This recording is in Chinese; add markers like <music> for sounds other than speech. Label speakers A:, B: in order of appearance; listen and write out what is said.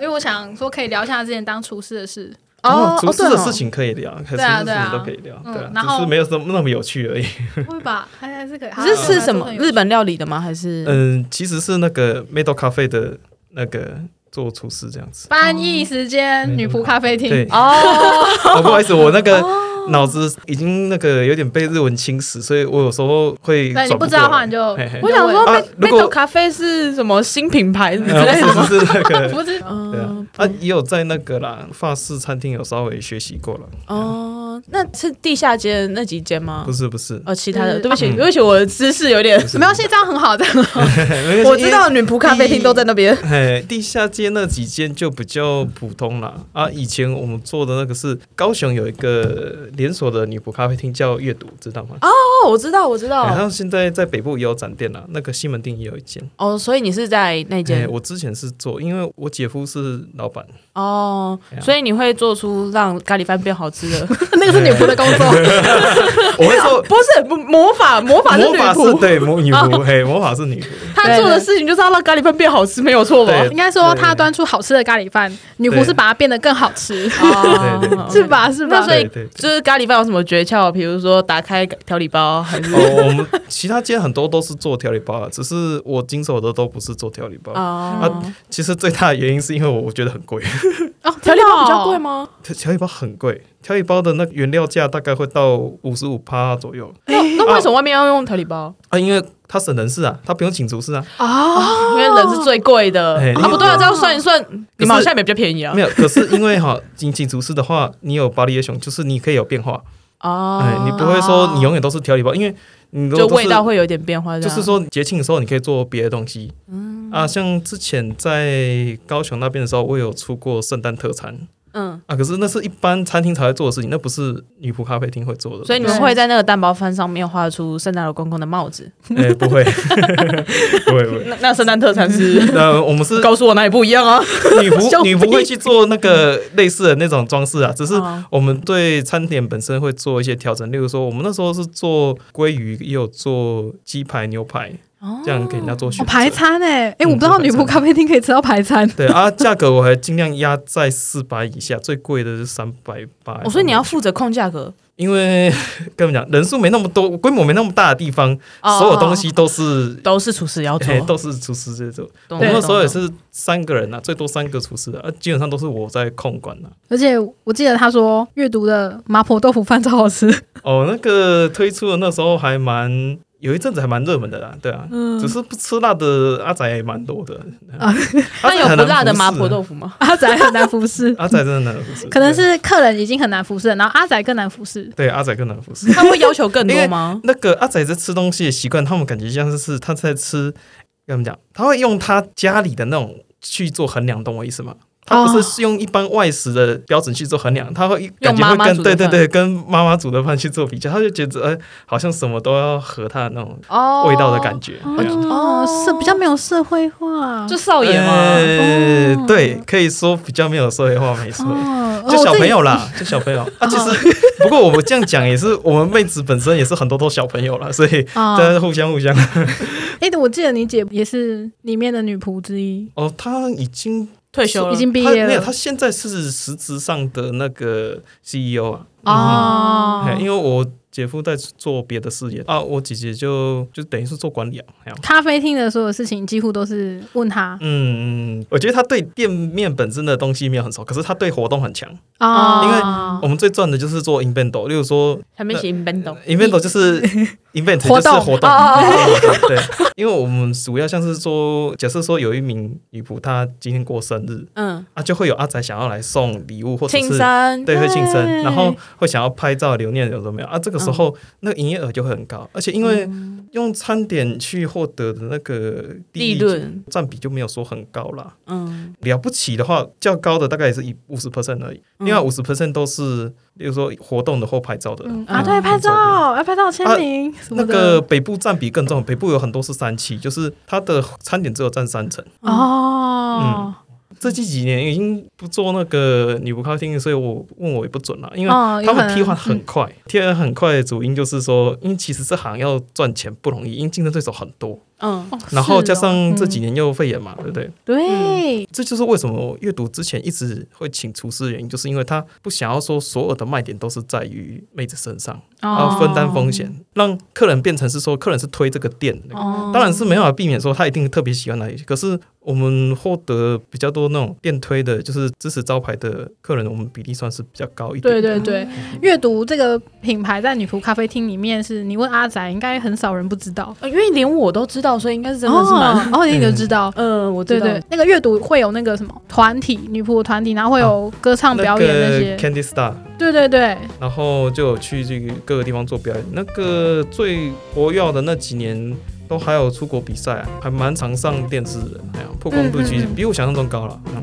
A: 因为我想说可以聊一下之前当厨师的事。
B: 哦，
C: 厨师的事
B: 情
C: 情可以聊，可是
A: 对啊
C: 什
A: 对啊
C: 么都可以聊，
A: 嗯
C: 对啊，
A: 然
C: 只
A: 后
C: 是没有什么那么有趣而已。
A: 会吧，还还是可以。
B: 你是
A: 好
B: 吃什么
A: 还是很有
B: 日本料理的吗？还是
C: 嗯，其实是那个 Meadow 咖啡的那个做厨师这样子。
A: 翻译时间，女仆咖啡
C: 对
A: 厅。，
B: 哦，
C: 哦，不好意思，我那个脑子已经那个有点被日文侵蚀，所以我有时候会
A: 对，
C: 转
A: 你不知道的话你就
C: 嘿嘿 <laughs>
A: 你就
B: <laughs> 我想说
A: 问
C: 啊
B: 贝
C: 如
B: 贝
C: 果
B: 豆咖啡是什么新品牌之
C: 呃
B: 类的吗？
C: 不是是是那个。
A: 不是
C: 对啊
B: 嗯，，
C: 啊，也有在那个啦，法式餐厅有稍微学习过了，
B: 哦，那是地下街的那几间吗
C: 不？是不是，
B: 哦，其他的，
A: 是
B: 对不起，
C: 嗯
B: 对不起，我的知识有点，
A: 没关系，这样很好的。 <laughs>
B: 我知道女仆咖啡厅都在那边。
C: 嘿，哎地下街那几间就比较普通啦。啊，以前我们做的那个是高雄有一个连锁的女仆咖啡厅叫阅读，知道吗？
B: 哦，我知道，我知
C: 然
B: 道。
C: 后现在在北部也有展店啦，那个西门町也有一间。
B: 哦，所以你是在那
C: 哎，
B: 间
C: 我之前是做，因为我姐夫是
B: <laughs>
C: 老板，
B: 哦
C: 哎，呀
B: 所以你会做出让咖喱饭变好吃
C: <laughs>
B: 的？
A: 那个是女仆的工作，
C: 哎
B: <laughs>
C: 我会做
B: 不是不魔法，魔法是
C: 魔
B: 女
C: 法是
B: 仆，哦
C: 对魔女仆，嘿，魔法是女仆，
B: 她做的事情就是要让咖喱饭变好吃，没有错吧？
C: 对
A: 应该说她端出好吃的咖喱饭，女仆是把它变得更好吃，
B: 哦
C: 对对对
A: <laughs> 是？吧？是吧
B: <laughs> 那？所以
C: 对对。对
B: 就是咖喱饭有什么诀窍？比如说打开调理包，还是
C: 哦，我们其他街很多都是做调理包啊，只是我经手的都不是做调理包。
B: 哦，
C: 其实最大的原因是因为我觉得很贵，
A: 哦，
B: 调理包比较贵
A: 吗？
B: 吗？
C: 调调理包很贵，调理包的那个原料价大概会到五十五趴左右
B: 那那为什么外面要用调理包？
C: 啊，因为它省人事啊，它不用请厨师啊，
A: 哦，
B: 因为人是最贵的
C: 哎
B: 啊，不对啊，这样算一算，你们好像也比较便宜啊
C: 没。有。可是因为哈， <laughs> 请请厨师的话，你有巴黎野熊，就是你可以有变化，
B: 哦
C: 哎，你不会说你永远都是调理包，因为你如
B: 就
C: 果都
B: 味
C: 是
B: 道会有点变化，
C: 就是说节庆的时候你可以做别的东西，
B: 嗯
C: 啊，像之前在高雄那边的时候，我有出过圣诞特餐。
B: 这样，
C: 啊，可是那是一般餐厅才会做的事情，那不是女仆咖啡厅会做的。
B: 嗯，所以你们会在那个蛋包饭上面画出圣诞老公公的帽子。
C: 哎、不会， <laughs> 不会，不会。
B: 那那圣诞特产是
C: 那我们是
B: 告诉我哪里不一样
C: <laughs>
B: 啊？
C: 女
B: 笑
C: 仆，
B: 屁
C: 女仆会去做那个类似的那种装饰啊，只是
B: 哦
C: 我们对餐点本身会做一些调整，例如说我们那时候是做鲑鱼，也有做鸡排、牛排，
B: 哦
C: 这样给人家做选择。
A: 排餐哎，哎，我
C: 嗯
A: 不知道女仆咖啡厅可以吃到排餐，
C: 对啊，价格我还尽量压在四百以下，最贵的是三百八。
B: 我说哦你要，负责控价格，
C: 因为跟你们讲，人数没那么多，规模没那么大的地方，
B: 哦
C: 所有东西都是
B: 都是厨师要做
C: 哎、。都是厨师这种。
B: 懂
C: 我们那时候也
B: 懂懂
C: 是三个人啊，最多三个厨师啊，啊基本上都是我在控管啊的、
A: 而且我记得她说阅读的麻婆豆腐饭超好吃， <laughs>
C: 哦，那个推出的那时候还蛮有一阵子还蛮热门的啦，对啊，
B: 嗯
C: 只是不吃辣的阿仔也蛮多的。
A: 啊
C: 阿
B: 那
C: 仔
B: 有
C: 很
B: 不
C: 难
B: 辣的麻
C: 服侍啊
B: 婆豆腐吗？
A: 阿仔很难服侍，
C: 阿仔真的难服侍，
A: 可能是客人已经很难服侍了，然后阿仔更难服侍。
C: 对对阿仔更难服侍。
B: 他会要求更多
C: <laughs>
B: 吗？
C: 那个阿仔在吃东西的习惯，他们感觉像是他在吃，跟他们讲，他会用他家里的那种去做衡量，懂我意思吗？他不是用一般外食的标准去做衡量，他会感觉
B: 哦妈
C: 会
B: 妈
C: 跟
B: 煮的
C: 对对
B: 饭
C: 对跟妈妈煮的饭去做比较，他就觉得呃好像什么都要合他的那种
B: 哦
C: 味道的感觉。对啊
A: 哦，是比较没有社会化，
B: 就少爷吗？
C: 呃
A: 哦
C: 对，可以说比较没有社会化，没错。
A: 哦，
C: 就小朋友啦，就
A: <laughs>
C: 小朋友啊，其实 <laughs> 不过我们这样讲也是，我们妹子本身也是很多都小朋友啦，所以
A: 啊
C: 大家互相互相
A: 哎、我记得你姐也是里面的女仆之一，
C: 哦，他已经
B: 退休了，
A: 已经毕
C: 他
A: 业
C: 没有，
A: 了
C: 他现在是实质上的那个 CEO 啊。
A: 哦
C: 嘿因为我姐夫在做别的事业啊，我姐姐就就等于是做管理啊。嘿啊
A: 咖啡厅的所有事情几乎都是问他
C: 嗯，嗯我觉得他对店面本身的东西没有很熟，可是他对活动很强。
A: 啊，
C: 嗯因为
A: 为
C: 我们最赚的就是做 invento，例如说
B: 还没写 bando。
C: invento 就是
A: <laughs>
C: invent 就
A: 活
C: 是
A: 动哦
C: 活动， <laughs> 对，对对因为我们主要像是说，假设说有一名女仆她今天过生日
B: 嗯，
C: 啊，就会有阿仔想要来送礼物或者
B: 庆
C: 是
B: 山
C: 对，会庆
A: 对嗯
C: 生，然后会想要拍照留念，有什么样啊？这个时候、那个营业额就会很高，而且因为用餐点去获得的那个
B: 利
C: 益
B: 润，
C: 占比就没有说很高啦。
B: 嗯，
C: 了不起的话，较高的大概也是以五十 percent 而已，另外五十 percent 都是，例如说活动的或拍照的。
A: 嗯
B: 嗯
A: 啊，对，拍照要拍照签名、什么
C: 啊那
A: 的
C: 个北部占比更重，北部有很多是三期，就是它的餐点只有占三成。嗯
A: 哦、
C: 这近几年已经不做那个女仆咖啡厅，所以我问我也不准了，因为
A: 哦有
C: 他
A: 可能嗯
C: 们替换很快，替换很快的主因就是说，因为其实这行要赚钱不容易，因为竞争对手很多，
B: 嗯，
A: 哦
C: 然后加
A: 是哦
C: 上嗯这几年又肺炎嘛，对不对？
A: 对，
C: 这就是为什么我阅读之前一直会请厨师的原因，就是因为他不想要说所有的卖点都是在于妹子身上，
A: 哦
C: 要分担风险，让客人变成是说客人是推这个店的。
A: 哦
C: 当然是没办法避免说他一定特别喜欢哪里，可是我们获得比较多那种店推的，就是支持招牌的客人，我们比例算是比较高一点
A: 哦对
C: 的。
A: 对对，
C: 嗯
A: 阅读这个品牌在女仆咖啡厅里面是，你问阿仔，应该很少人不知道，
B: 呃因为连我都知道，所以应该是真的是蛮， <laughs>
A: 哦，哦你就知道。
B: 嗯，我
A: 对
B: 知道
A: 对，那个阅读会有那个什么团体女仆团体，然后会
B: 哦
A: 有歌唱
C: 那
A: 表演那
C: 个
A: 些，
C: Candy Star，
A: 对对对，
C: 然后就有去这个各个地方做表演。那个最活跃的那几年，啊都还有出国比赛、还蛮常上电视的。哎呀，曝光度其
A: 嗯
C: 实
A: 嗯嗯
C: 比我想象中高了。嗯